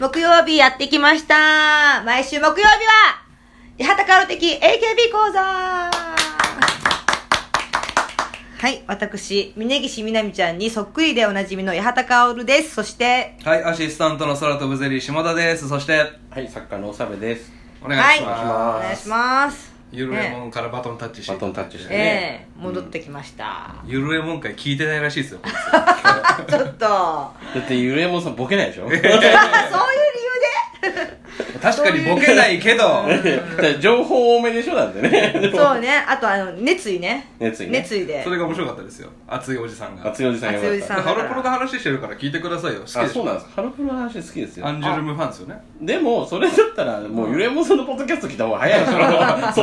木曜日やってきました毎週木曜日は、八幡薫的 AKB 講座はい、私、峯岸みなみちゃんにそっくりでおなじみの八幡薫です。そして、はい、アシスタントの空飛ぶゼリー下田です。そして、はい、作家のおさべです。お願いはい、しおま願いす。します。ゆるえもねんからバトンタッチして。バトンタッチしてええね戻ってきました。ゆるえもん会聞いてないらしいですよ。あ ちょっと、あだってゆるえもんさんボケないでしょそういう理由で確かにボケないけど、情報多めでしょなんでね。そうね、あとあの熱意ね。熱意ね熱意でそ。れが面白かったですよ。熱いおじさんが。熱いおじさん熱いおじさんハロプロが話してるから聞いてくださいよ。好きあ、でしそうょなんです。ハロプロの話好きですアよ。ンジュルムファンですよね。でも、それだったら、もうゆるえもんさんのポッドキャスト来た方が早いでし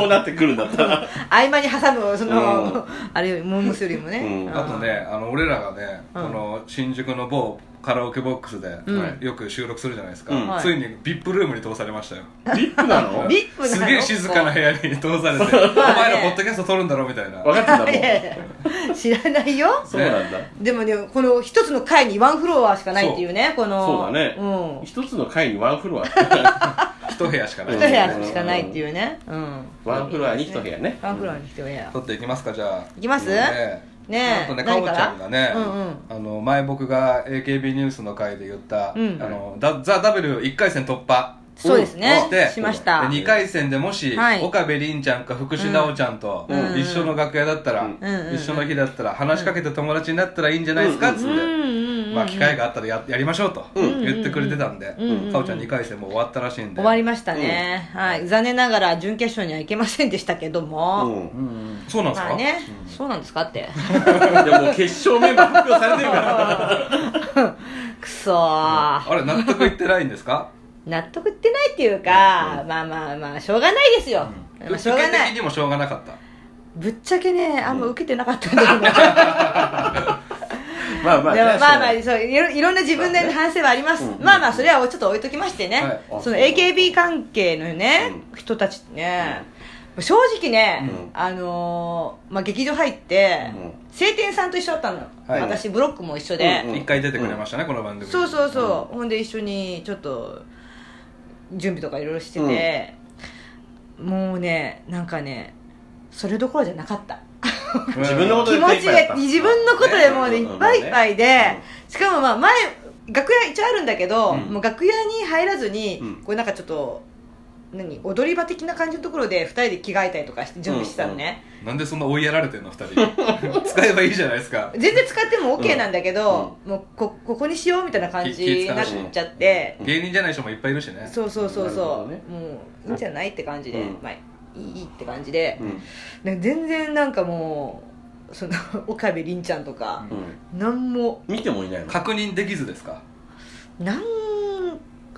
ょ。そうなってくるんだったら。合間に挟む、その、うんあれより、モームスよりもね。うんあとね、あの、俺らがね、こうんの新宿の某カラオケボックスでうんよく収録するじゃないですうんか。ついに VIP ルームに通されましたよ。リップなのうん。分 リップなのすげえ静かな部屋に通されて、お前らポッドキャスト撮るんだろみたいな。かってたも んい。やいや知らないよ。そうなんだ。でもね、この一つの回にワンフロアしかないっていうね、この。そうだねうん。。一つの回にワンフロア。 一部屋しかない。一部屋しかないっていうね。うん。ワンフロアに一部屋ね。ワンフロアに一部屋。撮っていきますかじゃあいきますねねえ。なんとねか何おちらゃんがね、うんうん。あの前僕が AKB ニュースの回で言った「うんあのだザ・ w 一回戦突破そうですねをしてしましたで2回戦でもし、はい岡部凛ちゃんか福士奈緒ちゃんとうん一緒の楽屋だったら、うんうん一緒の日だったら話しかけて友達になったらいいんじゃないですかっつって、うんうんうん。まあ、機会があったらややりましょうと言ってくれてたんで、うんうんかおちゃん2回戦も終わったらしいんで終わりましたね。はい。残念ながら準決勝には行けませんでしたけどうも。ん。うんそうなんですか、まあね、そうなんですかって。 でももう決勝メンバー発表されてるから。くそー。あれ納得いってないんですか納得いってないっていうか、まあまあまあしょうがないですよ、まあ、しょうがな受け的いにもしょうがなかったぶっちゃけねあんま受けてなかったんだけど、でもまあまあ、まあまあじゃそういろいろんな自分で反省はあります、うんまあまあそれはちょっと置いときましてね、はいあその AKB 関係のね、人たちね、正直ね、うんあのーまあ、劇場入って、うん晴天さんと一緒だったの、はい私ブロックも一緒で、うんうん一回出てくれましたね、この番組にそうそうそう、ほんで一緒にちょっと準備とかいろいろしてて、もうねなんかねそれどころじゃなかったあ自分のこ気とで持ち手いっぱいだっがた自分のことでもうねういんうんっぱいいっぱいでしかもまあ前楽屋一応あるんだけど、うんもう楽屋に入らずに、うんこうなんかちょっと何踊り場的な感じのところで2人で着替えたりとかして準備してたのね、なんでそんな追いやられてんの二人 使えばいいじゃないですか全然使っても OK なんだけど、もうこここにしようみたいな感じ気気に使なうっしちゃって、芸人じゃない人もいっぱいいるしねそうそうそうなるほそどう、ねもういいんじゃないって感じで、うんまあいいいいって感じでう、んで全然なんかもうその岡部凛ちゃんとか、うんなんも見てもいないの確認できずですかなん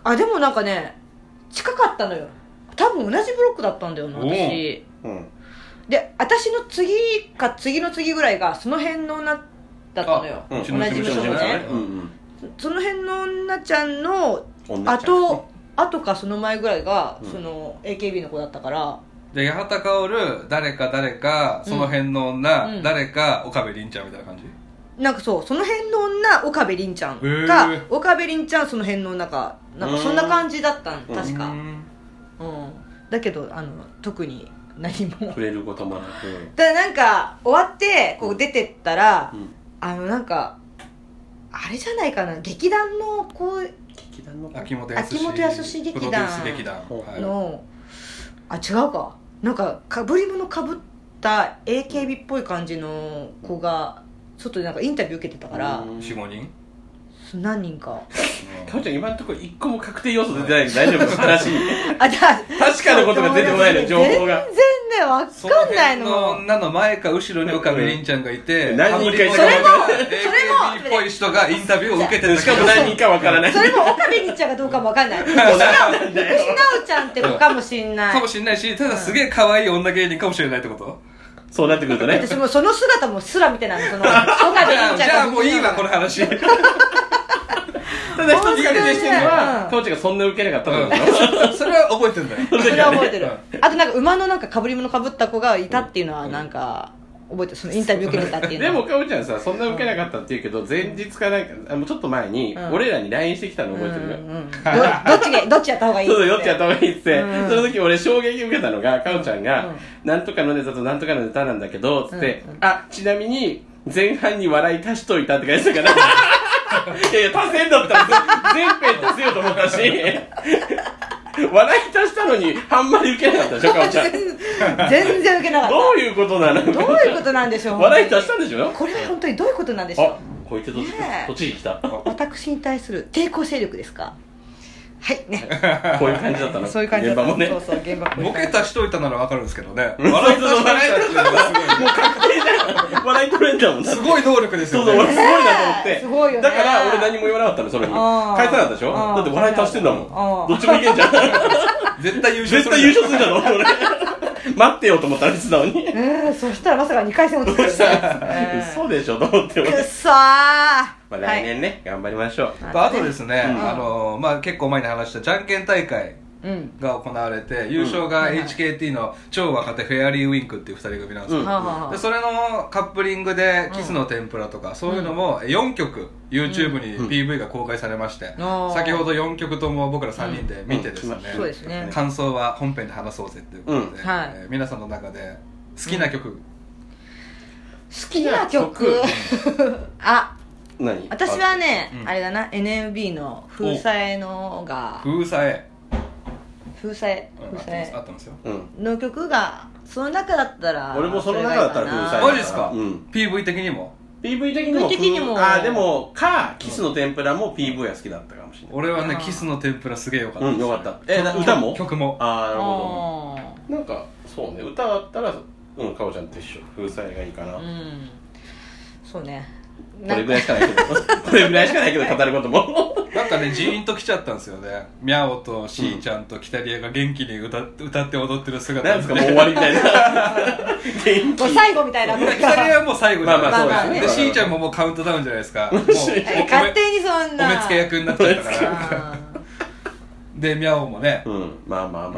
あでもなんかね近かったのよ多分同じブロックだったんだよなおう私うんで私の次か次の次ぐらいがその辺の女だったのよあうんうちの事務同所じ事務所のねねうんうんその辺の女ちゃんの女あちゃんとあとかその前ぐらいが、うんその AKB の子だったからじゃあ八幡薫誰か誰かその辺の女、うん誰か岡部凛ちゃんみたいな感じなんかそうその辺の女岡部凛ちゃんへかー岡部凛ちゃんその辺の女かなんかそんな感じだったんうん確か、ううんんだけどあの特に何も 触れることもなただなんか終わってこう出てったら、くうんあのなんかあれじゃないかな劇団の子劇団の子秋元康秋元康劇団プロデュース劇団、はの、あ違うかなんかかぶり物かぶった AKB っぽい感じの子が外でなんかインタビュー受けてたからう、んい、45人何人かかおちゃん今のところ一個も確定要素出てないけど 大丈夫話にあじゃあ確かなことが出てこないの情報が全然ねわそのかんない辺のの女の前か後ろに岡部凛ちゃんがいて、うん何人か被りいた物それもが AKB っぽい人がインタビューを受けてたしかも何人かわからないそれも岡部りっちゃんかどうかもわかんない福士そう奈なんだよ緒ちゃんって子かもしんないかもしれないし、ただすげえ可愛い女芸人かもしれないってことそうなってくるとね私もうその姿もすら見てないのその岡部じりゃっちあゃんじゃあかもういいわ、この話。ただ一つ確定してるのうんはかおちゃんがそんな受けなかったのだよそれは覚えてんだよ。それは覚えてるあとなんか馬のなんかかぶり物かぶった子がいたっていうのはなんか覚えてるそのインタビュー受けてたっていうのでもかおちゃんさそんな受けなかったって言うけど前日かなんかあもうちょっと前にうん俺らに LINE してきたの覚えてるうんうんどどっちがどっちやった方がいいそうそう、酔ってやった方方がいいっつって、うんその時俺衝撃受けたのが、かおちゃんうがん、なんとかのネタとなんとかのネタなんだけど、つって、うんうんあ、ちなみに、前半に笑い足しといたって感じだから。 いやいや、足せんだったら全編足せようと思ったし、笑い足したのに、あんまり受けなかったでしょ、かおちゃん。ど全然受けなかったういうことなのどういうことなんでしょう笑い足した本んでしょ当にこれは本当にどういうことなんでしょうあ、こいつどっちねえ栃木来 た。こ私に対する抵抗勢力ですかはい ねういう感じだったの。そういう感じだった現場もね。そうそう現場こういうボ感ケじたしといたならわかるんですけどね。ん笑いと笑いともう確定じゃん。笑い取れんだもんだってすごい能力ですそようそう、俺ね。すごいなと思って。ねえすごいよねだから俺何も言わなかったの、その日。あー返さなかったでしょあーだって笑い足してんだもあーん。どっちもいけんじゃん。 絶対優勝絶する対じ優ゃん。勝するだろ、俺。待ってよと思ったら、素直に。えーそしたらまさか2回戦落ちてるんですね嘘でしょと思って、く俺。っそーままあ来年ね、頑張りましょう。あとですね、うんあのまあ、結構前に話したじゃんけん大会うんが行われて優勝が HKT の超若手フェアリーウィンクっていう2人組なんですけど、うんはあはあでそれのカップリングで「キスの天ぷら」とか、そういうのも4曲 YouTube にうん PV が公開されまして、あー先ほど4曲とも僕ら3人で見てですね、そうですね感想は本編で話そうぜっていうことで、うんはいえー皆さんの中で好きな曲、好きな曲 あ何私はね、うんあれだな NMB の「風彩の」が風さえ、 「風彩」うん、風合ってます合彩ってますようん。の曲がその中だったら俺もその中だったら風彩マジっすか、うん PV 的にも PV 的にも。 PV 的にもあー、でも、か、キスの天ぷらも PV は好きだったかもしれない。俺はねあーキスの天ぷらすげえよかったうでん、すよかった。え、な歌も曲もあー、なあるほあど。なんかそうね歌だったらうんかおちゃんと一緒風船がいいかな、ーうんそうねこれぐらいいしかないけ どこれぐらいしかないけど語ることもなんかねジーンと来ちゃったんですよねミャオとシーちゃんとキタリアが元気に歌って歌って踊ってる姿なんですかもう終わりみたいな 元気最後みたいなキタリアはもう最後じゃないまあまあそうですねでシーちゃんももうカウントダウンじゃな いですかもうおえ勝手にそんなお目付け役になっちゃったからあでミャオもねうんまあまあまあまあ、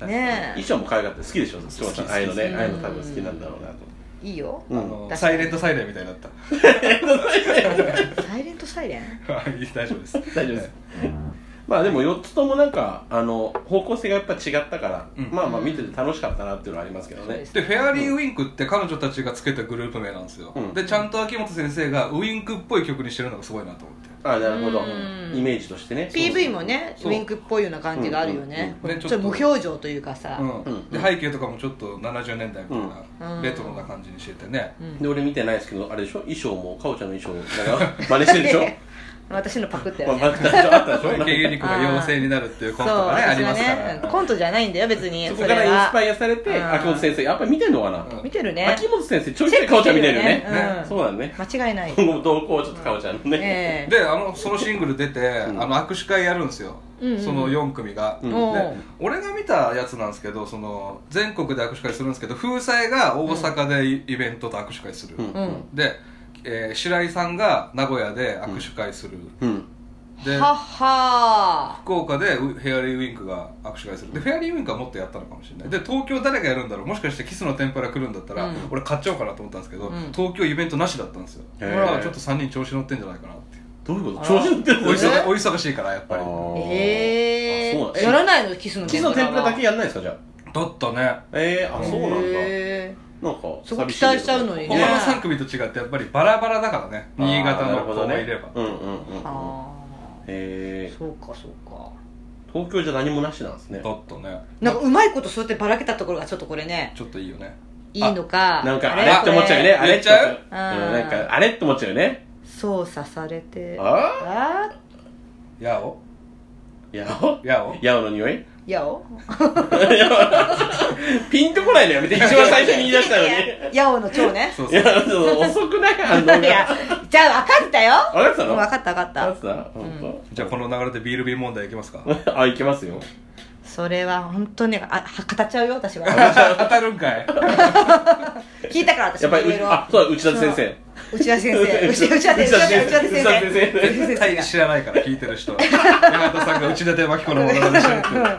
確かにねえ衣装も可愛かった好きでしょちょうちゃんああいうのね好きああいうの多分好きなんだろうなとーいいよあうんのサイレントサイレンみたいになった サイレントサイレンはい大丈夫です大丈夫ですまあでも4つともなんかあの方向性がやっぱ違ったから、うんまあまあ見てて楽しかったなっていうのはありますけどそうねですでフェアリーウィンクって彼女たちがつけたグループ名なんですよ、うんでちゃんと秋元先生がウインクっぽい曲にしてるのがすごいなと思ってああなるほどうんイメージとしてね PV もねウそうィンクっぽいような感じがあるよねうんうんうんねちょっと無表情というかさううんん、で背景とかもちょっと70年代みたいな、うんレトロな感じにしててね、うんで俺見てないですけどあれでしょ衣装もかおちゃんの衣装なんか 真似してるでしょ私のパクってまあバックダンスあったでしそょう うないんか経由肉が妖精になるっていうコントがねあ私りはますかねらコントじゃないんだよ別にそこかられインはスパイアされてうん秋元先生やっぱり見てんのかな、見てるね秋元先生ちょいちょいかおちゃん見てるよチェックしねてるよねうんそうだね間違いない今後同行ちょっとかおちゃんのね、ええであのそのシングル出て、んあの握手会やるんですよ、うんうんその4組が、うんでおう俺が見たやつなんですけどその全国で握手会するんですけど風彩が大阪でイイベントと握手会する、うんうんで、えー白井さんが名古屋で握手会する、うんではっは福岡でフェアリーウィンクが握手会するでフェアリーウィンクはもっとやったのかもしれないで東京誰がやるんだろうもしかしてキスの天ぷら来るんだったら、うん俺買っちゃおうかなと思ったんですけど、うん東京イベントなしだったんですよだへーからちょっと3人調子乗ってんじゃないかなっていうどういうこあと調子乗ってるおのえ忙お忙しいからやっぱりーええあそうなんだえやらないのキスのキスの天ぷらだけやんないですかじゃあだったねえー、あそうなんだ、へなんかそこ寂しい期待しちゃうのにね他の3組と違ってやっぱりバラバラだからね新潟の子がいれば、あーなるほどねうんうんうんーうんあえーそうかそうかー、東京じゃ何もなしなんですねだったねなんかうまいことそうやってばらけたところがちょっとこれねちょっといいよねいいのかなんかあれれって思っちゃうよねああれれって思っちゃうあうーんなんかあれって思っちゃうよね操作されてああやおやおやおやおの匂い ーやおピンとこないのやめて一番最初に言い出したのに やおの蝶ねそういそうやそう遅く ない反応がいや分じゃあ分かったよかってたの分かった分かっ分かたってた本じゃあこの流れでビール瓶問題いきますか当あいけますよそれは本当にあ語っちゃうよ私は当たるんかい聞いたから私やっぱりもいうろいろあそうだ内田先生内田先 生内田先生内田先生内田先生内田絶先対知らないから聞いてる人山田さんが内田手真紀子のものまねしてるって生が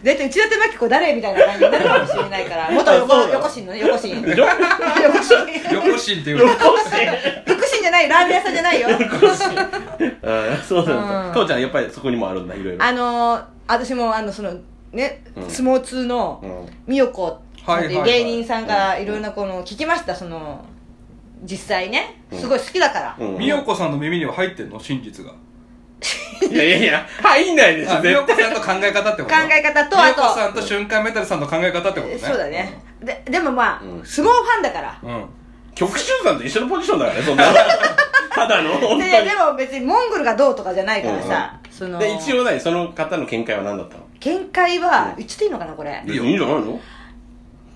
大体内館真紀子誰みたいな感じになるかもしれないから元横 あそうだ横心のね横心 横 よ心横心っていうよこし横心じゃないラーメン屋さんじゃないよ ああそうなんうだん父ちゃんやっぱりそこにもあるんだいろいろあのー、私もあのそのね、うん相撲通のうん美代子さんっていうはいはいは芸い人さんからいろんなこの聞きましたその実際ねうんすごい好きだから、うん美代子さんの耳には入ってんの真実がいやいやいや入んないでしあょ美代絶子対さんの考え方ってこと考え方と美あ代子さんとと瞬間メタルさんの考え方ってことねそうだね、ででもまあ、うん相撲ファンだからうん局集団と一緒のポジションだからねそんなただの本ででも別にモンゴルがどうとかじゃないからさ、そ当のにで一応何その方の見解は何だったの見解はうん言っていいのかなこれいいよいいんじゃないの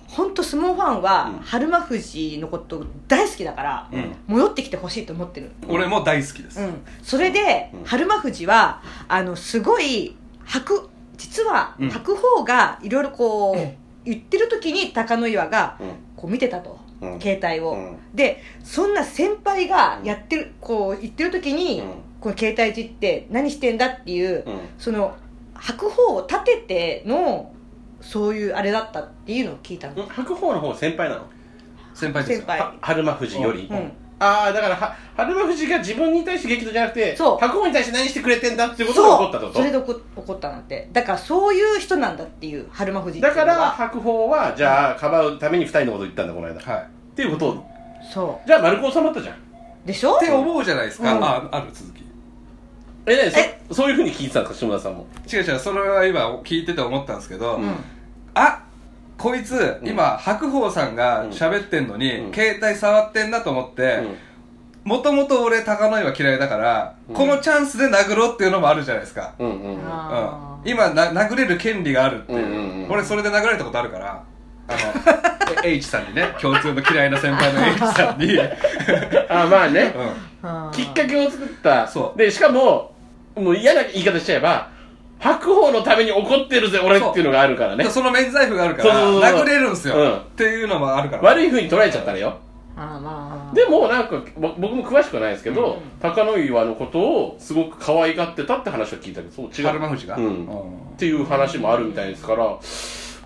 本当相撲ファンうんは春馬富士のこと大好きだから、うん戻ってきてほしいと思ってる俺も大好きです、うん、それで、うん春馬富士はあのすごい白実はうん白鵬がいろいろこう、言ってる時に貴乃岩がうこう見てたと、うん携帯を、うんでそんな先輩がやってるこう言ってる時に、うんこの携帯いじって何してんだっていう、んうんその白鵬を立ててのそういうあれだったっていうのを聞いたの、うん白鵬の方先輩なの先輩です先よ輩は春馬富士より、うんああだからは春馬富士が自分に対して激怒じゃなくてそう白鵬に対して何してくれてんだっていうことが起こそったってうこそれとで怒怒ったなんてだからそういう人なんだっていう春馬富士っていだうのはから白鵬はじゃあかばうために二人のこと言ったんだこの間っはいていうことをそじゃあ丸く収まったじゃんうでしょって思うじゃないですか、うんあある続きえ何そえそういうふうに聞いてたんですか下田さんも違う違うそれは今聞いてて思ったんですけど、うんあこいつうん今、白鵬さんが喋ってんのに、うん携帯触ってんなと思って、もともと俺高野岩嫌いだから、うんこのチャンスで殴ろうっていうのもあるじゃないですか、うんうんうんうあん、ー今な殴れる権利があるっていう,、うんうんうん俺それで殴られたことあるからあ の H さんにね共通の嫌いな先輩の H さんに、うん、あまあねあーきっかけを作ったそうでしかももう嫌な言い方しちゃえば白鵬のために怒ってるぜ俺っていうのがあるからねでその免罪符があるからそうそうそう殴れるんすよ、うんっていうのもあるから悪いふうに捉えちゃったらよあーまあでもなんかぼ僕も詳しくはないですけど、うん高野岩のことをすごく可愛がってたって話を聞いたけどそう違春馬うっ富士が、うんていう話もあるみたいですから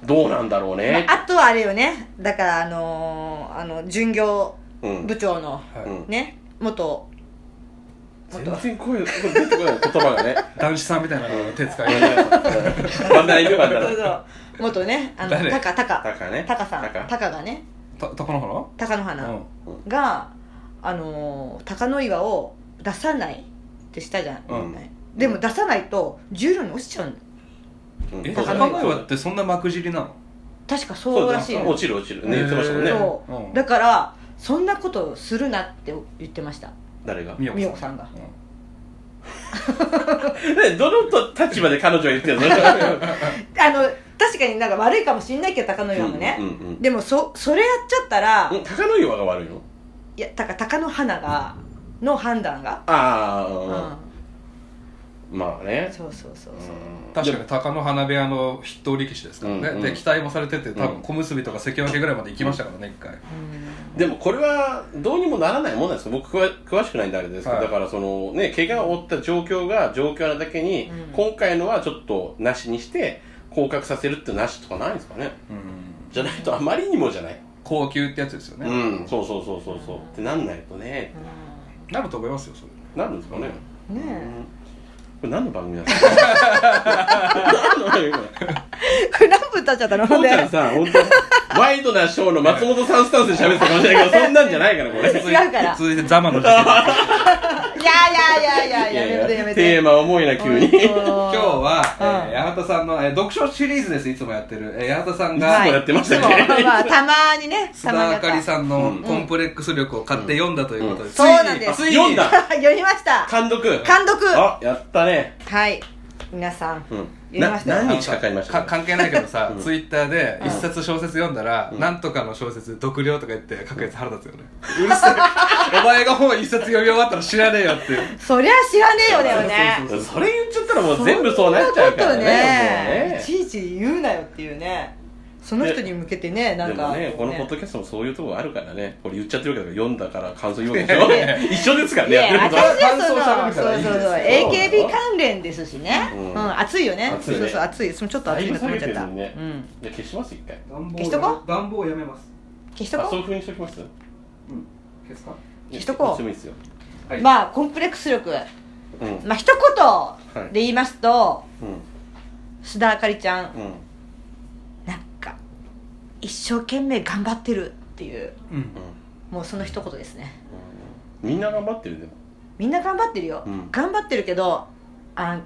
どうなんだろうね、あとはあれよねだからあのーあの巡業うん部長のはいうんね元全然声が出てこない言葉が ね男子さんみたいなのが手使いバンダイねバンそうダそイう元ねあの誰タカタカタカねタカさんタカタカがねた高野花タカの花、うんが、あのー、鷹の岩を出さないってしたじゃん、うんでも出さないと重量に落ちちゃうのえ高高野野岩ってそんな幕尻なの確かそそううらだしい落のちる落ちるへねー言ってましたもんるねそう、うんだからそんなことするなって言ってました誰が美代子さんがね どのと立場で彼女は言ってるのあの確かになんか悪いかもしんないけど鷹の岩もね、うんうんうんでもそそれやっちゃったら、うん高野岩が悪いのいやだから鷹の花がの判断が、あうんあ、うん、まあねそうそうそううそうん確かに鷹の花部屋の筆頭力士ですからね、うんうんで期待もされてて多うん分小結びとか関脇ぐらいまで行きましたからね一回、でもこれはどうにもならないもんなんですよ僕詳詳しくないんであれですけど、はいだからそのね怪我を負った状況が状況なだけに、うん今回のはちょっとなしにして降格させるってなしとかないんですかねうんじゃないとあまりにもじゃない高級ってやつですよね、うんそうそうそうそうそうってなんないとねなると思いますよそれなるんですかね、うんねうえんこれ何の番組なんですか 何の番組これこれ何分経っちゃったの父ちねゃんさ本当ワイドなショーの松本さんスタンスで喋ってたかもしれないけどそんなんじゃないからこれ違うから続いてザマ の事件今いやいやいやいややめてやめてテーマ重いな急に本当日は、うんえー八幡さんの、えー読書シリーズですいつもやってる、えー八幡さんが、はいもやってましたっいけつもまあたまにね須たまにや田あっかりたさんのコンプレックス力を買って読んだということで、そうなんですついに読んだ 読みました監督監督あやったねはい皆さんうん言いましたよな何日かかりましたか関係ないけどさ、うんツイッターでうん一冊小説読んだら、うんなんとかの小説読了とか言って書くやつ腹 立つよね、うるせえ お前が本一冊読み終わったら知らねえよっていうそりゃ知らねえよだよそうねそれ言っちゃったらもう全部そうなっちゃうからそんなことねねいもうねちいち言うなよっていうねその人に向けてねなんでもかねこのポッドキャストもそういうとこがあるからねこれ言っちゃってるけど読んだから感想言うわけでしいやょ一緒ですからいねややってることは私はその感想喋るかそらういいそうですそうよ AKB 関連ですしねうんうん暑いよね暑そいうねそう暑いそのちょっと暑いなと思っちゃっだたいぶ下げてるのにねうんじゃあ消します一回暖房消しとこ暖房やめます消しとあそういこうふうにしておきますうん消すか消しとこういや消してもいいですよはういまあコンプレックス力うんうんまあ一言で言いますと須田あかりちゃんうんなんか一生懸命頑張ってるっていううんうんもうその一言ですねみんな頑張ってるでもみんな頑張ってるよ、うん頑張ってるけどあ、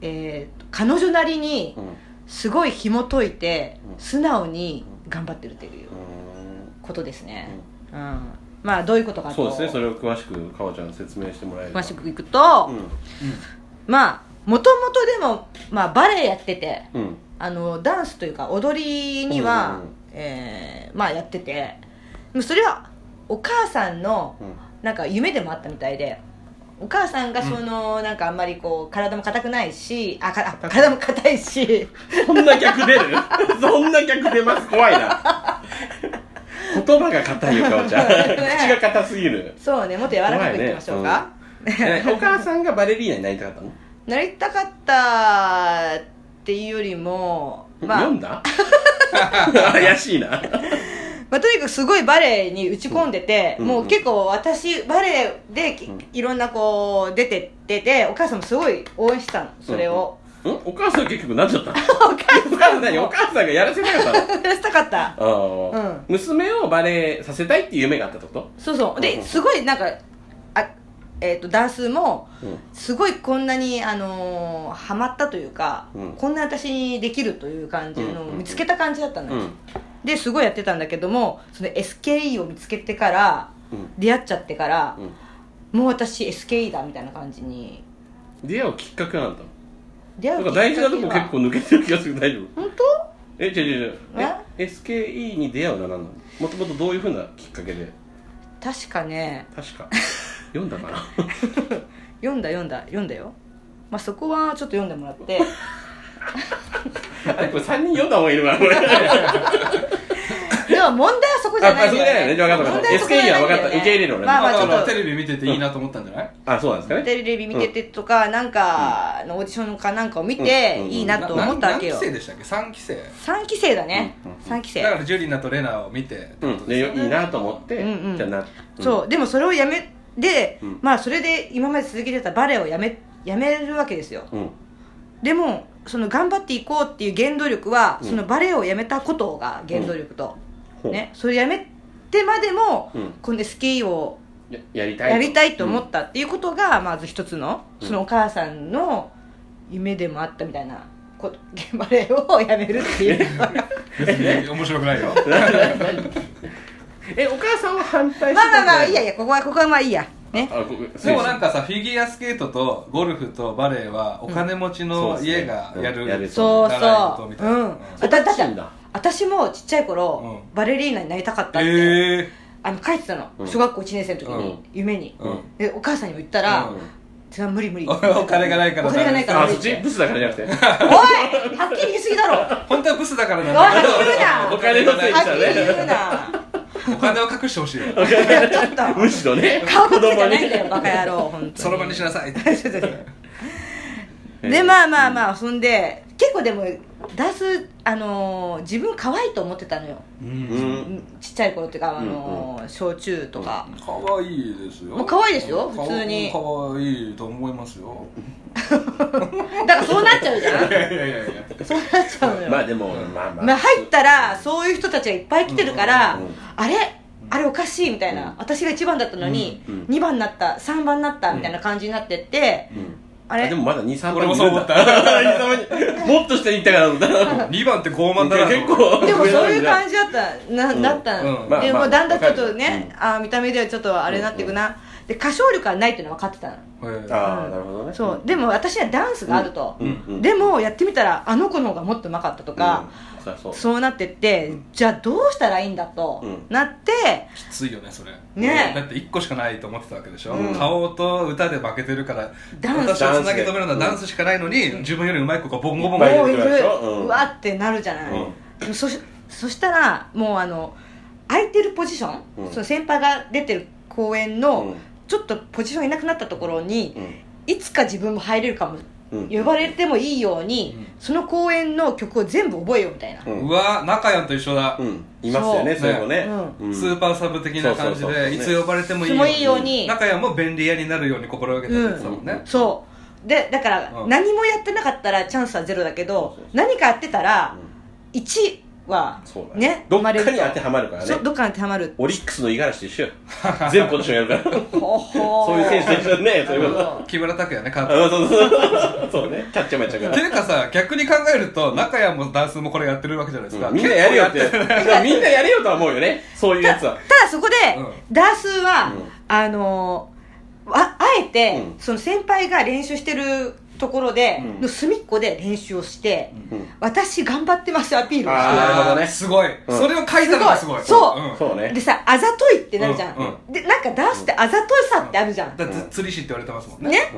えー彼女なりにうんうすごい紐解いてうん素直に頑張ってるっていうーことですね、うんまあどういうことかんとそうですねそれを詳しくかおちゃん説明してもらえる詳しくいくと、うまあもともとでも、まあ、バレエやっててんうんあのダンスというか踊りには、うんうんうんえーまあやっててでもそれはお母さんのうんなんか夢でもあったみたいでお母さんがその、なんかあんまりこう体も硬くないしあかあ体も硬いしそんな客出る そんな客出ます怖いな言葉が硬いよかお ちゃん口が硬すぎるそうねもっと柔らかくいきましょうか、えお母さんがバレリーナになりたかったの、なりたかったっていうよりも まあ読んだ 怪しいなまあ、とにかくすごいバレエに打ち込んでて、うんもううん結構私バレエできうんいろんなこう出てっててお母さんもすごい応援してたのそれを、んお母さん結局なっちゃったのお母お母さんさん何おも母さんがやらせなかった のしたかったああ、うん娘をバレエさせたいっていう夢があったってこそうそううんですごいなんかあ、えっとダンスもと、うんすごいこんなに、あのーハマったというか、うんこんな私にできるという感じのうんをうん見つけた感じだったのよ、うんですごいやってたんだけどもその SKE を見つけてから出会っちゃってからう、んもう私 SKE だみたいな感じに出会うきっかけなんだ出な会んうか大事なとこ結構抜けてる気がする大丈夫本当え違う違う違うえ SKE に出会うのは何なのもともとどういうふうなきっかけで確かね 確か読んだかな読んだ読んだ読んだよまあそこはちょっと読んでもらって あれこれ3人読んだ方がいいのかなこれでも問題はそこじゃないんだよ、ね、あまあそうだよね分かった分かっ問た題はそこじゃないんだよ SKE は分かった受け入れる俺まあままあ、だかあらちテょっレビ見てていいなと思ったんじゃない、 あそうなんですかとねテレビ見ててとか、なんかのオーディションかなんかを見て、うんいいなと思ったわけよ何期生でしたっけ3期生3期生だね、うんうん三3期生だからジュリナとレナを見てうん、でよいいなと思って、うんうんじゃあな、そうでもそれをやめで、うんまあそれで今まで続けてたバレエをやめやめるわけですようん、うん、でもその頑張っていこうっていう原動力は、うんそのバレエをやめたことが原動力と、ほうね、それやめてまでも、うんこのスキーをややりたいやりたいと思て、ったっていうことが、まず一つのうんそのお母さんの夢でもあったみたいなこと バレエをやめるっていうまあ 別に面白く ないようんえお母さんは反対し てまあまあいいやいややここはここはまあいいやねあこでもなんかさフィギュアスケートとゴルフとバレーはお金持ちの家がやる、うんそうですねんやるそう習い事そみうたういなんうんあだだっそてうなんだ私もちっちゃい頃、うんバレリーナになりたかったって、ええあの書いてたの、うん小学校1年生の時に、うん夢に、うんでお母さんにも言ったら、うんそれは無理無理 おお金がないからお金がないからあ無そ理っっちてブスだからじゃなくて おいはっきり言い過ぎだ ろ本当はブスだからなんおいはっきり言うなお金のせいはっきにしたりね言うなお金を隠してほしいよいやちょっとむしろね顔子隠せじ供ゃなにいんだよバカ野郎本当に その場にしなさいって ちょっとねでまあまあまあそんで結構でもダンスあのー自分可愛いと思ってたのよううんんちっちゃい頃っていうかあのー小中とか可愛いですよ可愛いですよ普通に可愛いと思いますよだからそうなっちゃうじゃんいやいやいやいやそうなっちゃうのよまあでもまあまあ、まあ、入ったらそういう人たちがいっぱい来てるから、うんうんうんあれあれおかしいみたいな、うん私が1番だったのに、うんうん2番になった3番になったみたいな感じになってって、うんあれでもまだ2、3俺番もそう思 ったもっと下に行ったからだ2番って傲慢だなと思結う構でもそういう感じだったな,、うんだったの、うんまあでまあもだんだんちょっとね、わあー見た目ではちょっとあれになっていくな、で歌唱力はないっていうのは分かってたの、ええああなるほどねそうでも私はダンスがあると、うんうんでもやってみたらあの子の方がもっと上手かったとか、うんそりゃそうそうなってってじゃあどうしたらいいんだと、うんなってきついよねそれねだって1個しかないと思ってたわけでしょ、うん顔と歌で負けてるからダンス私をつなぎ止めるのはダンスでダンスしかないのに、自分よりうまい子がボンゴボンいっぱいゴいもるういでしるょうんうわってなるじゃない、うんでもそしそしたらもうあの空いてるポジション、うんその先輩が出てる公演の、うんちょっとポジションいなくなったところに、うんいつか自分も入れるかも、うん呼ばれてもいいように、うんその公演の曲を全部覚えようみたいな、うんうわ中やんと一緒だ、うんいますよねそうそういうのねううんスーパーサブ的な感じそうそうそうでいつ呼ばれてもいいつもいいいよよううにに中屋も便利屋になるように心がけたって言ってたもんね、そうでだから、うん何もやってなかったらチャンスはゼロだけどそうそう何かやってたらうん1はそうだねねどっか生まにれる当てはまるからねそうどっかに当てはまるオリックスの五十嵐と一緒よ全ポジショ ンやるからほほ そういう選手と一緒だねそういうこと木村拓哉ね監督あそうそうそうそうねキャッチャーもやっちゃうかてらいうかさ逆に考えると中屋もダンスもこれやってるわけじゃないですか、うんみんなやるよって結構やそうみんなやるよとは思うよねそういうやつはただそこで、うダースは、うんあのーああえて、うんその先輩が練習してるところで、うんの隅っこで練習をして、うん私頑張ってますアピールをああーーしなるほどねすごい、うんそれを書いたのがすごいすごいそそうてねるでさあざといってなるじゃん、うんでなんかダースってあざといさってあるじゃん、だって釣り師って言われてますもんねね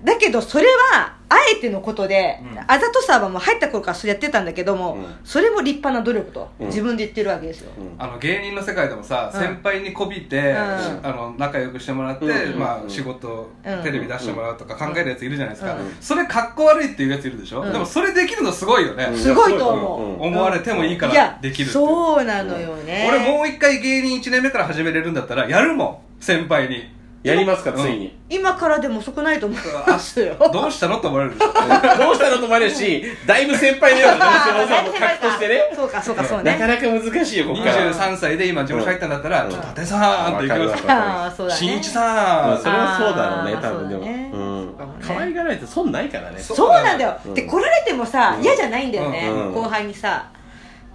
うんだけどそれはあえてのことで、うんあざとさはもう入った頃からそれやってたんだけども、うんそれも立派な努力と、うん自分で言ってるわけですよ、うんあの芸人の世界でもさ、うん先輩にこびて、んあの仲良くしてもらって、うんまうあ、ん仕事、うんテレビ出してもらうとか考えるやついるじゃないですか、うんそれかっこ悪いっていうやついるでしょ、うんでもそれできるのすごいよね、うんすごいと思う、うん思われてもいいかいらやできるっていうそうなのよね、俺もう一回芸人1年目から始めれるんだったらやるもん先輩にやりますかうんついに今からでも遅くないと思います よどうしたのって思われるでしょどうしたのともあるしだいぶ先輩のような可能性も格としてねそうかそうかそうなねかなか難しいよここから23歳で今事務所入ったんだったら、うんちょっと伊達さんって行きますわかるわああそうだね新一さん、それはそうだろうねあー多分でそうだねもうんそうだね可愛がられて損ないからねそそうなんだよ、うんで来られてもさ、うん嫌じゃないんだよね、うん後輩にさ、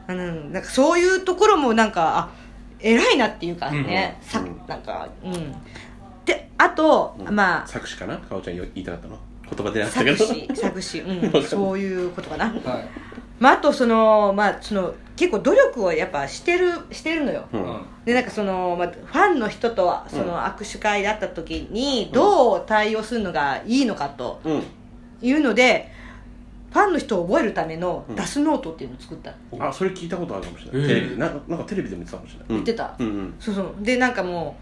うん、なんかそういうところもなんかあ偉いなっていうかね、うんさうんなんかうんであと、うんまあ作詞かなかおちゃんよ言いたかったの言葉でなかったけ作ど詞作詞、 わかうんん、ないそういうことかな、はいまあ、あとその,、まあ、その結構努力をやっぱしてるしてるのよ、ううんんでなんかその、まあ、ファンの人とはそうんの握手会だった時にどう対応するのがいいのかとうんいうのでファンの人を覚えるためのうんダスノートっていうのを作った、あそれ聞いたことあるかもしれないえーテレビでなんかなんかテレビでも言ってたかもしれない言ってたうんうんそうそうでなんかも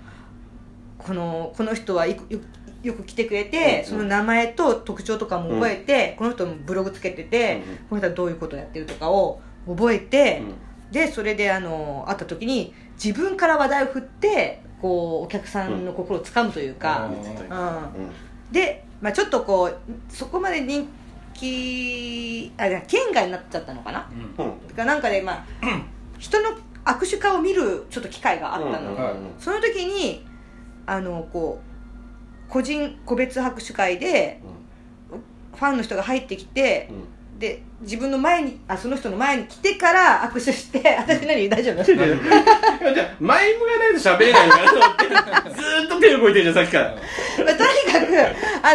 うこのこの人はいくよよく来てくれて、うんその名前と特徴とかも覚えて、この人もブログつけてて、うんうんこの人はどういうことやってるとかを覚えて、うんでそれであの会った時に自分から話題を振ってこうお客さんの心をつかむというか、うん言ってたようんうんで、まあ、ちょっとこうそこまで人気あいや県外になっちゃったのかなうんうんがなんかで、まあ、人の握手会を見るちょっと機会があったの、うんうんうんその時にあのこう個人個別握手会でファンの人が入ってきてう、んで自分の前にあその人の前に来てから握手して私何大 丈夫じゃあ前向かないと喋れないからずーっと手動いてるじゃんさっきかまあ、らとにか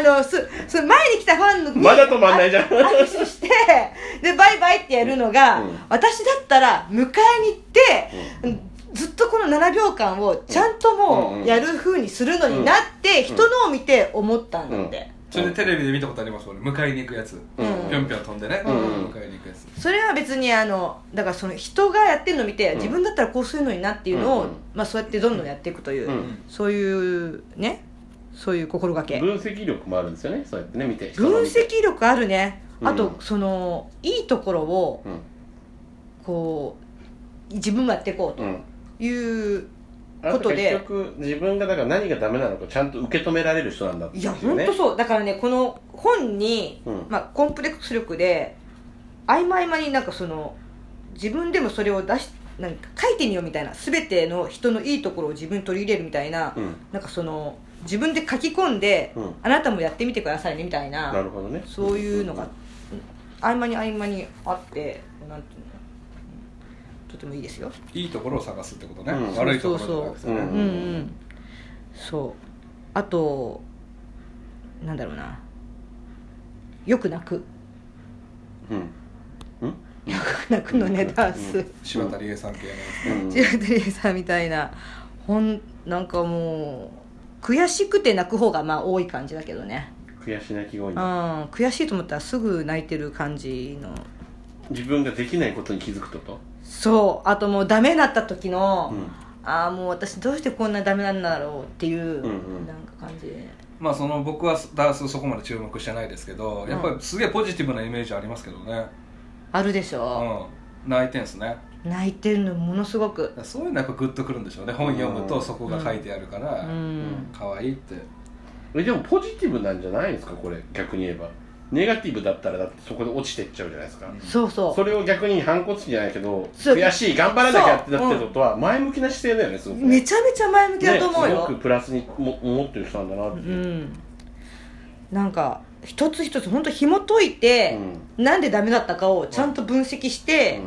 くあのすその前に来たファンのまだ止まんないじゃん握手して でバイバイってやるのが、うん私だったら迎えに行って、ずっとこの7秒間をちゃんとうんもうんうやる風にするのになって、人のを見て思ったんだって、それでテレビで見たことあります俺迎えに行くやつぴうんょんぴょん飛んでね、うん迎えに行くやつそれは別にあのだからその人がやってるのを見て、自分だったらこうするのになっていうのを、うんうんまあ、そうやってどんどんやっていくという、うんそういうねそういう心がけ分析力もあるんですよねそうやってね見て分析力あるねうんあとそのいいところをうんこう自分もやっていこううんというあことで結局自分がだから何がダメなのかちゃんと受け止められる人なんだっていいうやね本当そうだからねこの本に、うんまあ、コンプレックス力で合間合間になんかその自分でもそれを出しなんか書いてみようみたいな全ての人のいいところを自分に取り入れるみたいな、うんなんかその自分で書き込んで、うんあなたもやってみてくださいねみたいななるほどねそういうのが合間に合間にあってなんていうのとてもいいですよいいところを探すってことね、うん悪いところじゃなくてねそううんうんそうあとなんだろうなよく泣くうんうんよく泣くのねダンス柴田理恵さん系のやつ ね、ジュデリーさんみたいなほんなんかもう悔しくて泣く方がまあ多い感じだけどね悔し泣き声うにん悔しいと思ったらすぐ泣いてる感じの自分ができないことに気づくってことそうあともうダメになった時の、うんああもう私どうしてこんなダメなんだろうっていう、うんうんなんか感じでまあその僕はダンスそこまで注目してないですけどうんやっぱりすげえポジティブなイメージありますけどねあるでしうょ、ん泣いてんすねだか泣いてるのものすごくらそういうのやっぱグッとくるんでしょうね本読むとそこが書いてあるかうらん可愛いってえでもポジティブなんじゃないんですかこれ逆に言えばネガティブだったらだってそこで落ちてっちゃうじゃないですか、そうそうそれを逆に反骨心じゃないけどそう悔しい頑張らなきゃってなってることは前向きな姿勢だよねすごくねめちゃめちゃ前向きだねと思うすよ、ごくプラスにも思ってる人なんだなって、うんなんか一つ一つ本当紐解いて、なんでダメだったかをちゃんと分析して、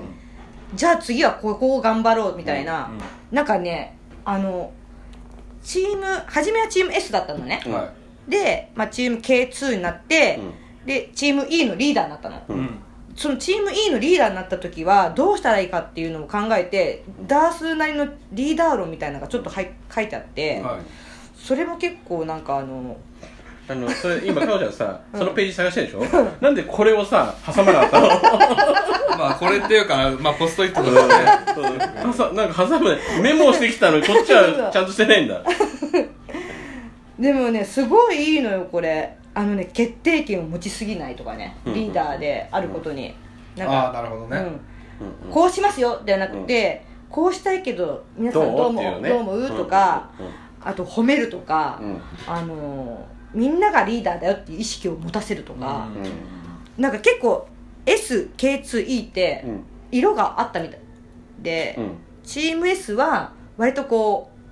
じゃあ次はここを頑張ろうみたいな、うんなんかねあのチーム初めはチーム S だったのね、うんはで、まあ、チーム K2 になって、でチーム E のリーダーになったのい、うんうんそのチーム E のリーダーになった時はどうしたらいいかっていうのを考えてダースなりのリーダー論みたいなのがちょっとはい書いてあって、はいそれも結構なんかあのあのそれ今かおちゃんさ、そのページ探してるでしょなんでこれをさ挟まなかったのまあこれっていうかまあポストイットとかねうん挟なんか挟むメモをしてきたのにこっちはちゃんとしてないんだでもねすごいいいのよこれあのね決定権を持ちすぎないとかねうんリーダーであることに、なんああかなるほどうね、んうんこうしますよではなくて、こうしたいけど皆さんどう思うどう,、思うとか、、あと褒めるとか、うんあのーみんながリーダーだよっていう意識を持たせるとか、うんなんか結構 SK2E ってうん色があったみたいで、うんうんチーム S は割とこう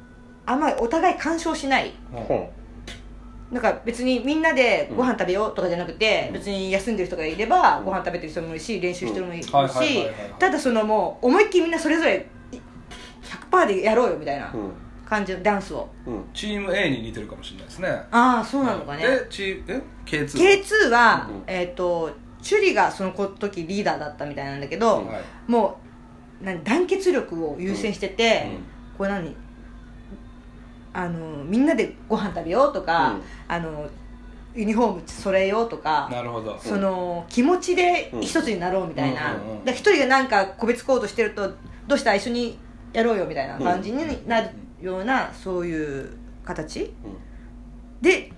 あんまりお互い干渉しないほなんか別にみんなでご飯食べようとかじゃなくて、別に休んでる人がいればご飯食べてる人もいるし練習してる人もいるし、うんはいはいはいはいただそのもう思いっきりみんなそれぞれい100%でやろうよみたいなううん感じのダンスをうんチーム A に似てるかもしれないですねああそうなのかねでチーえ K2 K2 は、うんえっ、とチュリがその時リーダーだったみたいなんだけど、はいもう何団結力を優先してて、うんこう何あのみんなでご飯食べようとか、うんあのユニフォーム揃えようとかなるほどその気持ちで一つになろうみたいなだうんうんうんうんから一人がなんか個別行動してるとどうしたら一緒にやろうよみたいな感じになるようなそういう形うんで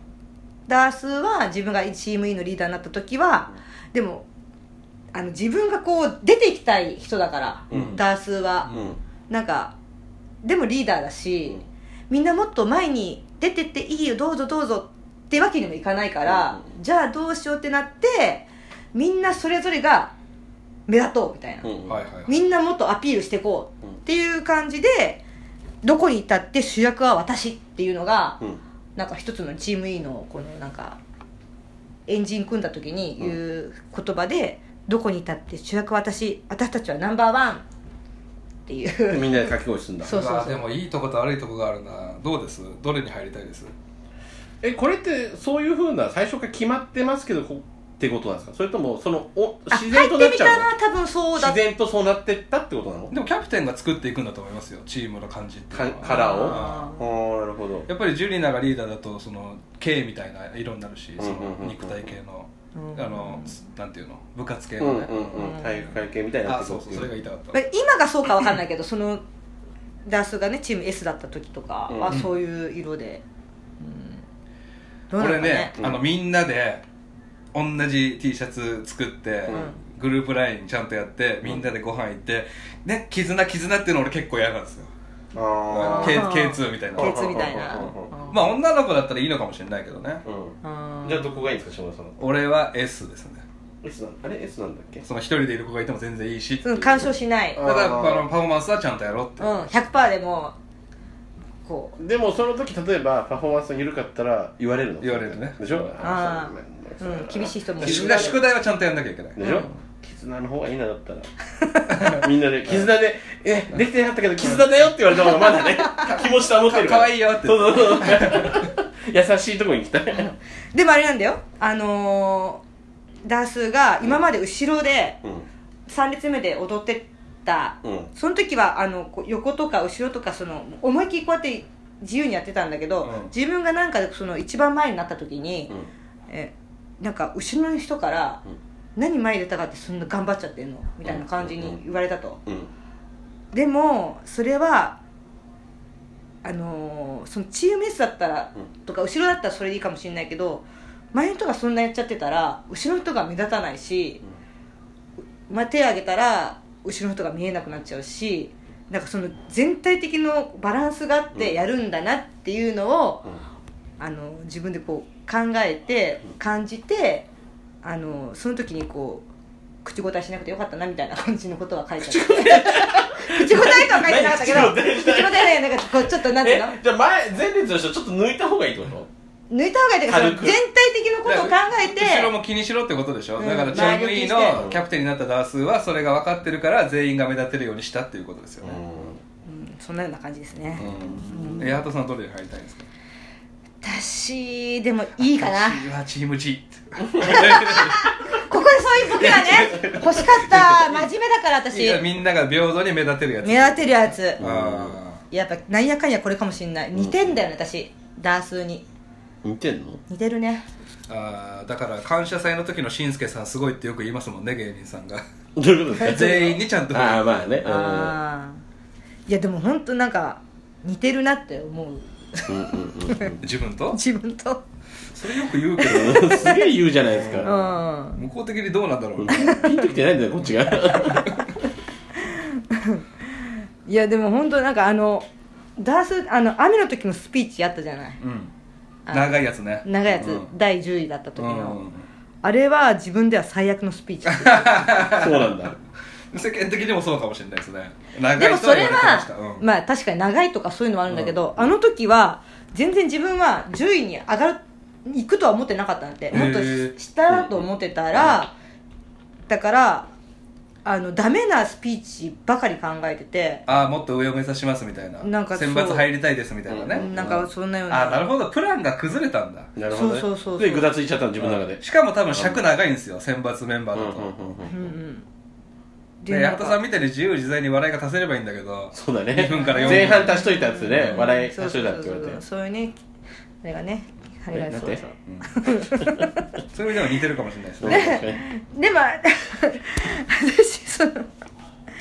ダースは自分がチーム E のリーダーになった時はでもあの自分がこう出ていきたい人だから、うんダースは、うんなんかでもリーダーだし、みんなもっと前に出てっていいよどうぞどうぞってわけにもいかないから、じゃあどうしようってなってみんなそれぞれが目立とうみたいな、うんはいはいはいみんなもっとアピールしていこうっていう感じでどこに至って主役は私っていうのが、うんなんか一つのチーム E のこのなんかエンジン組んだ時に言う言葉で、どこに至って主役は私私たちはナンバーワンっていうみんなで掛け声するんだそうそうわあでもいいとこと悪いとこがあるなどうですどれに入りたいですえこれってそういうふうな最初から決まってますけどこってことなんですかそれともそのおあ自然入とっなてっみちたゃうら多分そうのだ自然とそうなってったってことなのでもキャプテンが作っていくんだと思いますよチームの感じっていうのはかカラーをあああなるほどーやっぱりジュリナがリーダーだとその K みたいな色になるしんそのうんうん肉体系のうんあのなんていうの部活系うんのねうんうん体育会系みたいになあってそくるうっそうていそれが言いたかったまあ今がそうかわかんないけどそのダースがねチーム S だった時とかはうんそういう色で、うん、どうなこのかれねね、うんあのみんなで同じ T シャツ作って、んグループラインちゃんとやってみんなでご飯行って、ね、絆絆っていうの俺結構嫌なんですよ、あー K- K2 みたいなうん鉄みたいな、うんまあ女の子だったらいいのかもしれないけどねーうあんじゃあどこがいいんですか下村さん俺は S ですね S なんあれ S なんだっけその一人でいる子がいても全然いいしその干渉しない、ううんん、ただああーのパフォーマンスはちゃんとやろうって、 100%でもうこうでもその時例えばパフォーマンスが緩かったら言われるの言われるねでしょあーうん厳しい人もだから宿題はちゃんとやんなきゃいけない、でしょ、絆の方がいいなだったらみんなで絆で「えできてなかったけど絆だよ」って言われた方がまだね気持ち保てるかかわいいよってそうそうそう 優しいとこに来たうんでもあれなんだよあのーダースが今まで後ろで3列目で踊ってた、うんその時はあのこう横とか後ろとかその思いっきりこうやって自由にやってたんだけど、うん自分がなんかその一番前になった時に、えなんか後ろの人から「何前に出たかってそんな頑張っちゃってんの?」みたいな感じに言われたと、うんでもそれはあのーそのチーム S だったらうとか後ろだったらそれでいいかもしれないけど前の人がそんなやっちゃってたら後ろの人が目立たないし、まあ、手を挙げたら後ろの人が見えなくなっちゃうしなんかその全体的のバランスがあっうてんやるんだなっていうのを、あの自分でこう考えてうん感じてあのその時にこう口答えしなくてよかったなみたいな感じのことは書いてある 口答えとは書いてなかったけど何口口答えだよなんかこうちょっとなんていうのえじゃあ前前列の人ちょっと抜いた方がいいってこと抜いた方がいいというかその軽く全体的なことを考えて後ろも気にしろってことでしょ、うんだからチーム前 E 向きにしてのキャプテンになったダースはそれが分かってるから全員が目立てるようにしたっていうことですよね、うんそんなような感じですねうんえ八幡さんどれに入りたいんですか私でもいいかな私はチーム G ここでそういう僕らね欲しかった真面目だから私いやみんなが平等に目立てるやつ目立てるやつあやっぱなんやかんやこれかもしんない似てんだよね私ダースに似てんの似てるねーあーだから感謝祭の時のしんすけさんすごいってよく言いますもんね芸人さんがどういうことですか全員にちゃんとああまあねあーいやでも本当なんか似てるなって思ううんうんうんうん自分と自分とそれよく言うけどすげえ言うじゃないですうかん向こう的にどうなんだろうなピンときてないんだよこっちがいやでも本当なんかあのダースあの雨の時のスピーチあったじゃないうんあ長いやつね長いやつ、うん第10位だった時の、うんあれは自分では最悪のスピ ーチそうなんだ世間的にもそうかもしれないですね長いでともはそれ言われてましたは、うんまあ確かに長いとかそういうのはあるんだけど、あの時は全然自分は10位に上がる行くとは思ってなかったんでへーもっと下だと思ってたら、だからあのダメなスピーチばかり考えててああもっと上を目指しますみたいななんかそう選抜入りたいですみたいなね、うんなんかそんなようなああなるほどプランが崩れたんだなるほどねそうそうそうそうでぐだついちゃったの自分の中でしかも多分尺長いんですよ選抜メンバーだと、うんうんでなん八か幡さんみたいに自由自在に笑いが足せればいいんだけどそうだね2分から4分前半足しといたっつってねうん笑いそう足そしとういそうたってそ言われうてそういうねあれがねあれがそうそうそういう意味では似てるかもしれないですそうね確かにでも 私その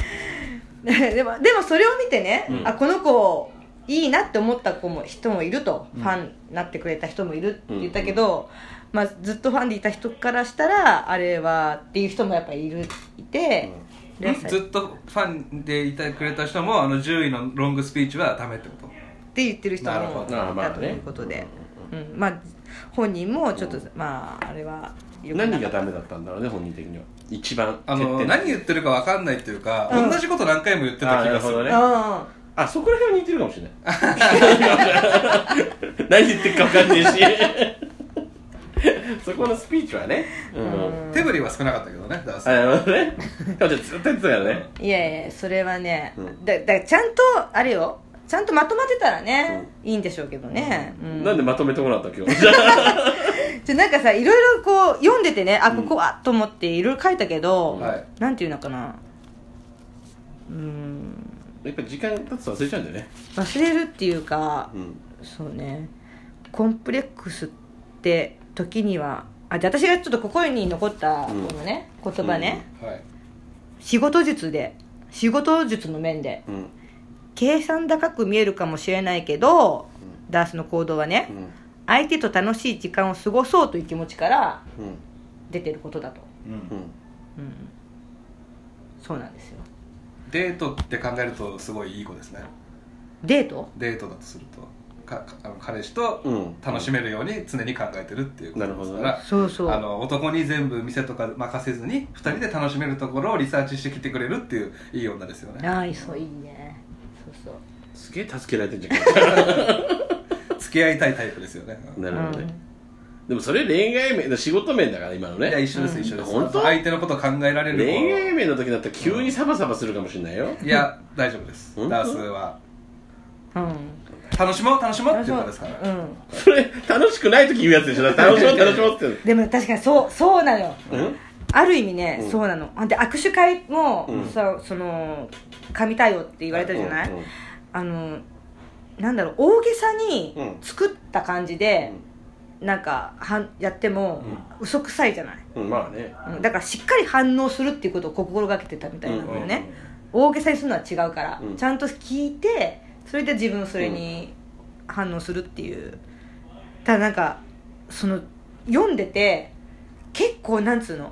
ねでもでもそれを見てね、うんあこの子いいなって思った子も人もいると、ファンになってくれた人もいるって言ったけど、まあ、ずっとファンでいた人からしたらあれはっていう人もやっぱいるいて、でうんずっとファンでいてくれた人もあの10位のロングスピーチはダメってことって言ってる人もなるほいどまあまあたねということで、うんまあ、本人もちょっと、まああれは良くなかった 何がダメだったんだろうね本人的には一番あ欠の点何言ってるか分かんないっていうか、うん同じこと何回も言ってた気がするあーなるほどねうんあそこら辺は似てるかもしれない何言ってるか分かんねえしそこのスピーチはねうん手振りは少なかったけどねダースあなるほどねでもじゃあずっと言ってたからねいやいやそれはね、うんだだからちゃんとあれよちゃんとまとまってたらね、いいんでしょうけどね、うんなんでまとめてこなかった今日じゃあじゃなんかさいろいろこう読んでてねあここはと思っていろいろ書いたけど、はいなんていうのかなうーんやっぱ時間経つと忘れちゃうんだよね忘れるっていうかうんそうねコンプレックスって時にはあで私がちょっと心に残ったこのね、言葉ね、はい仕事術で仕事術の面でうん計算高く見えるかもしれないけど、ダースの行動はね、うん相手と楽しい時間を過ごそうという気持ちからうん出てることだと、うんううんん、そうなんですよデートって考えるとすごいいい子ですねデートデートだとするとかかあの彼氏とうん楽しめるように常に考えてるっていうことですかなるら、そうそうあの男に全部店とか任せずに2人で楽しめるところをリサーチしてきてくれるっていういい女ですよねああそういいねそうそうすげえ助けられてんじゃ付き合いたいタイプですよね、んなるほどね、でもそれ恋愛面仕事面だから今のいやね一緒です一緒です、本当相手のことを考えられる子恋愛面の時だったら急にサバサバするかもしれないよいや大丈夫です本当ダースはうん楽しもう楽しもうってそいうこうとですから、うんそれ楽しくない時言うやつでしょだって楽しもう楽しもうってでも確かにそうそうなのようんある意味ね、うんそうなので握手会も、うんさその神対応って言われたじゃない、うんうんあのなんだろう大げさにうん作った感じで、なんかはんやっても、嘘くさいじゃない、うんまあねうんだからしっかり反応するっていうことを心がけてたみたいなのよね、大げさにするのは違うから、うんちゃんと聞いてそれで自分それに反応するっていうただなんかその読んでて結構なんつうの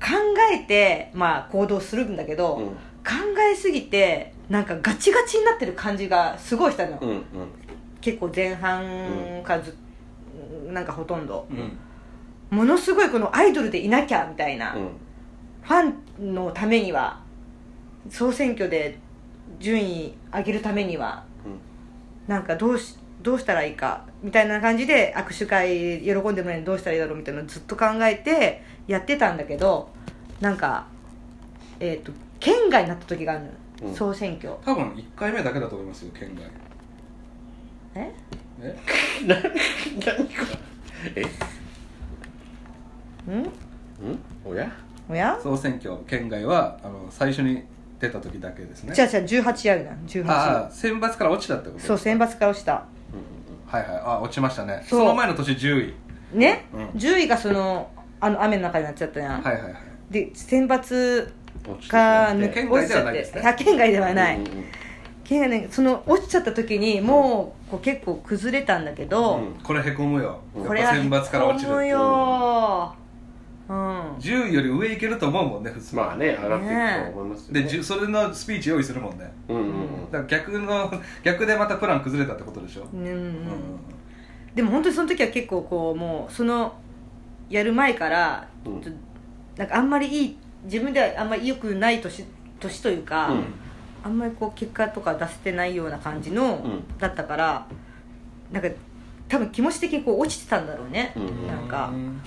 考えてまあ行動するんだけど、うん考えすぎてなんかガチガチになってる感じがすごいしたの、うんうん結構前半からず、なんかほとんどうんうんものすごいこのアイドルでいなきゃみたいな、うんファンのためには総選挙で順位上げるためにはなんかどうしどうしたらいいかみたいな感じで握手会喜んでもらえるのにどうしたらいいだろうみたいなのずっと考えてやってたんだけどなんか、えー、と県外になった時があるのよ、うん総選挙多分1回目だけだと思いますよ県外ええな何かえんんおやおや総選挙県外はあの最初に出た時だけですねじゃあじゃあ18やるな18ああ選抜から落ちたってことそう選抜から落ちたはいはいあ落ちましたねそうその前の年10位ね、うん10位がそのあの雨の中になっちゃったやん、はいはいはいで選抜落ちてしまがって抜け県落外ちでちゃはっないでてすね100県外ではない、うんうん県外ねその落ちちゃった時にもうこう結構崩れたんだけど、うんこれへこむよこれやはっぱ選抜から落ちる思うようん、 10位より上いけると思うもんね普通まあね上がっていくと思いますよ、ね、でじゅそれのスピーチ用意するもんねうんうんだから逆の逆でまたプラン崩れたってことでしょうんうんでも本当にその時は結構こうもうそのやる前から、うんちょっとなんかあんまりいい自分ではあんまり良くない年年というか、うんあんまりこう結果とか出せてないような感じの、うんだったからなんか多分気持ち的にこう落ちてたんだろうね、うんうんなんかう、んうん、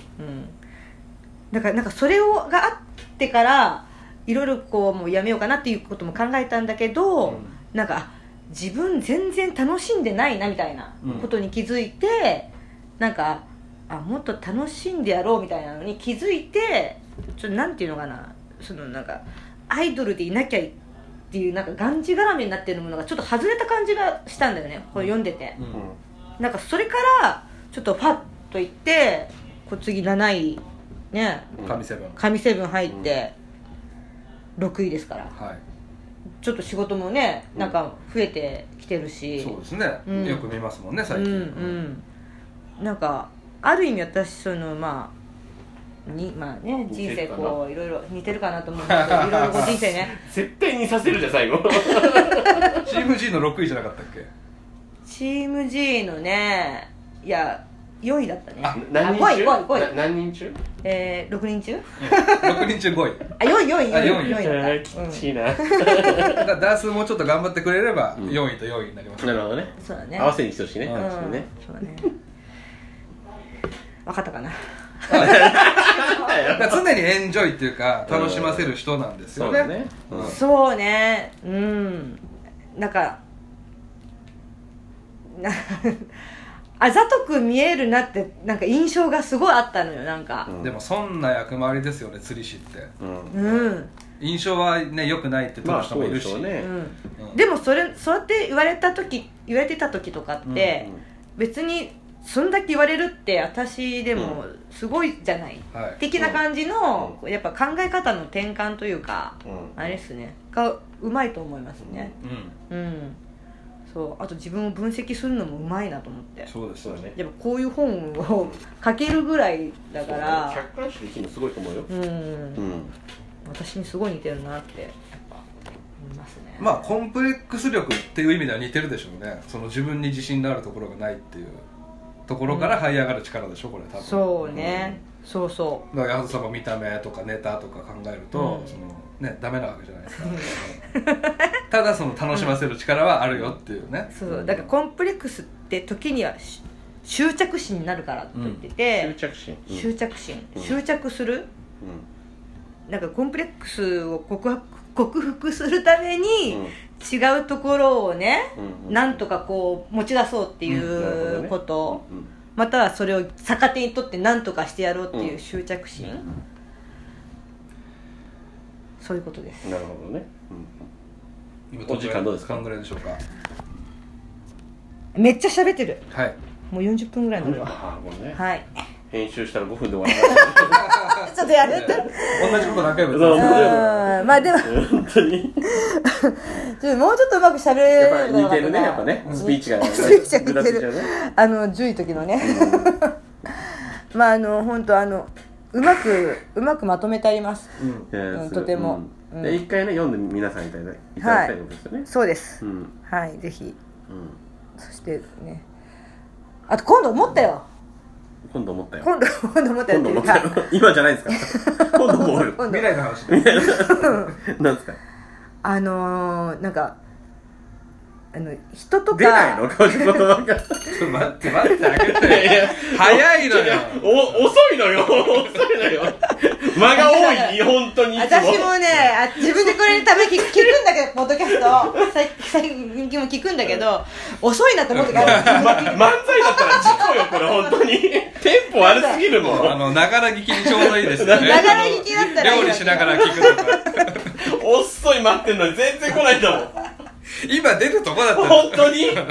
だからなんかそれをがあってからいろいろこうもうやめようかなっていうことも考えたんだけど、うんなんかあ自分全然楽しんでないなみたいなうんことに気づいて、なんかあもっと楽しんでやろうみたいなのに気づいてちょっとなんていうのかなそのなんかアイドルでいなきゃいっていうなんかがんじがらめになってるものがちょっと外れた感じがしたんだよねこれ読んでて。ううんんなんかそれからちょっとファッといってこう次7位ねうん神セブン神セブン入って6位ですからはいちょっと仕事もねうんなんか増えてきてるしそうですね、うんよく見ますもんねう最んう近、んなんかある意味私そのまあにまあね似人生てるかなこういろいろ似てるかなと思うんですけどいろいろこう人生ね絶対にさせるじゃん最後チーム G の6位じゃなかったっ けチーム G のねいや4位だったねあ何人中あ5位5位5位な何人中えー、6人中6人中5位あ4位4位あ4四位位4位だあーった、うんき、ちいな、だからダースもうちょっと頑張ってくれればうん4位と4位になります、なるほどねそうだね合わせにしてほしいねうんうん確かにねそうだね分かったかなだから常にエンジョイっていうか楽しませる人なんですよね,、そうだねうんそうねうんなんかなあざとく見えるなってなんか印象がすごいあったのよなんかでもそんな役回りですよね釣り師ってうんうん、うん印象はね良くないって取まるあ人そもいうでるしし、ょうねうんでもそれそうやって言われた時言われてた時とかって、うんうん別にそんだけ言われるって私でもすごいじゃない、はい的な感じの、うやっぱ考え方の転換というか、うんあれですねがうまいと思いますねうんうん、そうあと自分を分析するのもうまいなと思ってそうですそうだねやっぱこういう本を書けるぐらいだかそうだねら客観視できるのすごいと思うようん、うん私にすごい似てるなってやっぱ思いますねまあコンプレックス力っていう意味では似てるでしょうねその自分に自信のあるところがないっていうところから這い上がる力でしょこれ多分そうね、そうそだから八幡様見た目とかネタとか考えると、うんそのねダメなわけじゃないですか ただその楽しませる力はあるよっていうねうそうだからコンプレックスって時にはし執着心になるからって言って執て、着心うん執着心、うん執着するうなんかコンプレックスを克服克服するためにん違うところをね、うんうんなんとかこう持ち出そうってうんなるほどいうねこと、うんまたはそれを逆手にとって何とかしてやろうっていう執着心、そういうことですなるほどね今お時間どうですかこんぐらいでしょうかめっちゃ喋ってるはいもう40分ぐらいうんなのよああごめんねはい編集したら5分で終わらないちょっとやめて同 じこと何回もそううん言ってるまあでも本当にちょっともうちょっとうまくしゃべれやるっぱの似かてなるねやっぱねスピーチがスピーチが 似てぐらるついちゃうねあの10位時のね まああの本当あのうまくうまくまとめてありますいや うんすごいとてもううんんで一回ね読んで皆さんいただいただきたいことですよねそうですうんはいぜひうんそしてねあと今度思ったよ今度思ったよ今度 今度思ったよって今度い思うったかよ今じゃないです か今度思うよ今度未来の話ねなんですかあのー、なんかあの人と出ないかのこういう言葉がちょっと待って待ってあげていや早いのよお遅いのよ遅いのよ間が多い本当にいつも私もねあ自分でこれのため聞聞くんだけどポッドキャスト最最近も聞くんだけど遅いなと思ってからま漫才だったら事故よこれ本当にテンポ悪すぎるもんあのながら聞きにちょうどいいですよねながら聞きだったらいいわけ料理しながら聞くとか遅い待ってんのに全然来ないんだもん今出るとこだった本ら当にねなん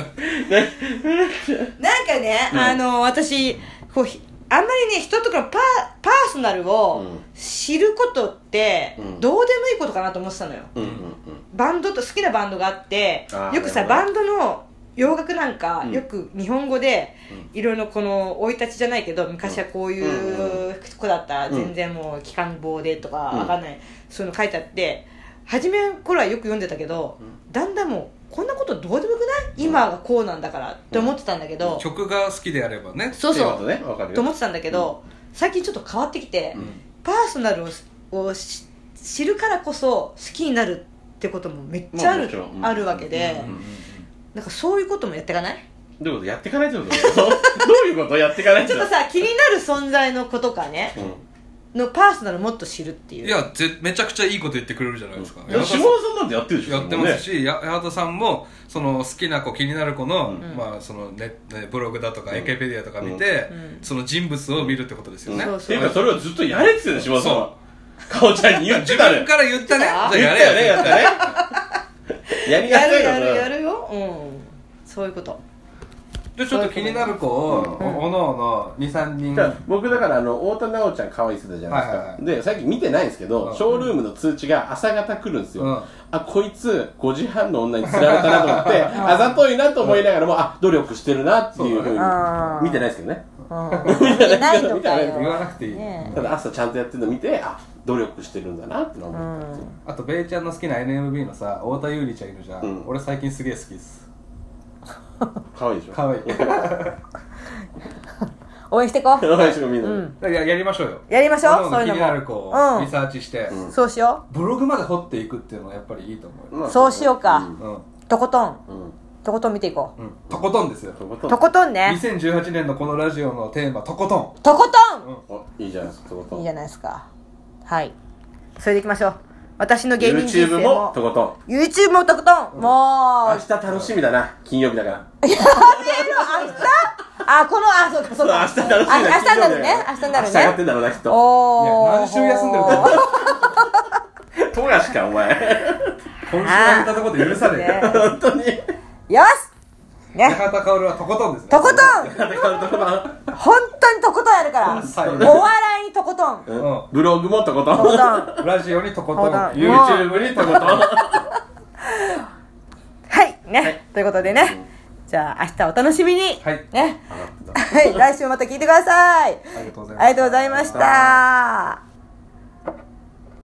かね、うんあの私こうひあんまりね人とかのパーパーソナルをうん知ることって、うんどうでもいいことかなと思ってたのようんうんバンドと好きなバンドがあってあーよくさなバるンドの洋楽なんか、うんよく日本語で、いろいろこの生い立ちじゃないけど昔はこういうう子だった、うん全然もう機関棒でとかうんわかんない、そういうの書いてあって初めの頃はよく読んでたけど、だんだんもうこんなことどうでもよくない今がこうなんだからって思ってたんだけど、曲が好きであればねそうっていそうことうねわかるよと思ってたんだけど、最近ちょっと変わってきて、うんパーソナルををし知るからこそ好きになるってこともめっちゃあまある,、もちろんうんあるわけで、うんなんかそういうこともやっていかないどういうことやっていかないってことどういうことやっていかないちょっとさ気になる存在のことかねうんのパーソナルをもっと知るっていういやぜめちゃくちゃいいこと言ってくれるじゃないですか、いや矢田さ下ん田さんなんてやってるでしょやってますし、や八幡さんもその好きな子気になる子の,、うんまあ、そのネねブログだとか、うんエケペディアとか見て、うんその人物を見るってことですよね、うんっていうかそれをずっとやれって言ってたよ島田さんはかおちゃんに言って自たね分から言ったね言ったじゃ言あっやたれよねやったねやりややするいよやなるやるよ、うん、そういうことでちょっと気になる子を、うんおのおの23人だから僕だからあの太田奈緒ちゃん可愛い人だじゃないですか、はいはいはいで最近見てないんですけど、うんショールームの通知が朝方来るんですよ、うんあこいつ5時半の女に釣られたなと思っ てあざといなと思いながらも、あ努力してるなっていうふうそうにだね見てないですけどねうん、見てないのかよ言わなくていいねただ朝ちゃんとやってるの見てあ努力してるんだなってのはえう思ったんですよ、ん、あとベイちゃんの好きな NMB のさ太田優里ちゃんいるじゃん、うん俺最近すげえ好きです可愛いでしょ可愛いだか応援してこ可愛いでしょみんう、うな、ん、らややりましょうよやりましょうおのおのそういう気のもになる子をうんリサーチして、うんそうしよブログまで掘っていくっていうのはやっぱりいいと思うよ、まあそうしようかうんうとことんうん、うんとことん見ていこうん、とことんですよということととことんね2018年のこのラジオのテーマとこととこん、うとん、おいいじゃないですかというんいいこじゃないですかはいそれでいきましょう私のと芸人人生 YouTube ももとこと YouTube もとことんも明う日楽しみだな金曜日だからあこのあそうかそうか明日楽しみあだ明日になるね明日にな明日上がるってねんだろうなきっとおいおや何週休んでるか富樫かお前今週は歌ったこと許さねえね本当によしね中田薫はとことんですねとことん本当にとことんやるか最ら後お笑いにとことんとんブログもとことんことんラジオにとこととんことん YouTube にとことんはいね、ということでね、じゃあ明日お楽しみに、はい ねはい来週また聞いてくださいありがとうございましたありがとうございました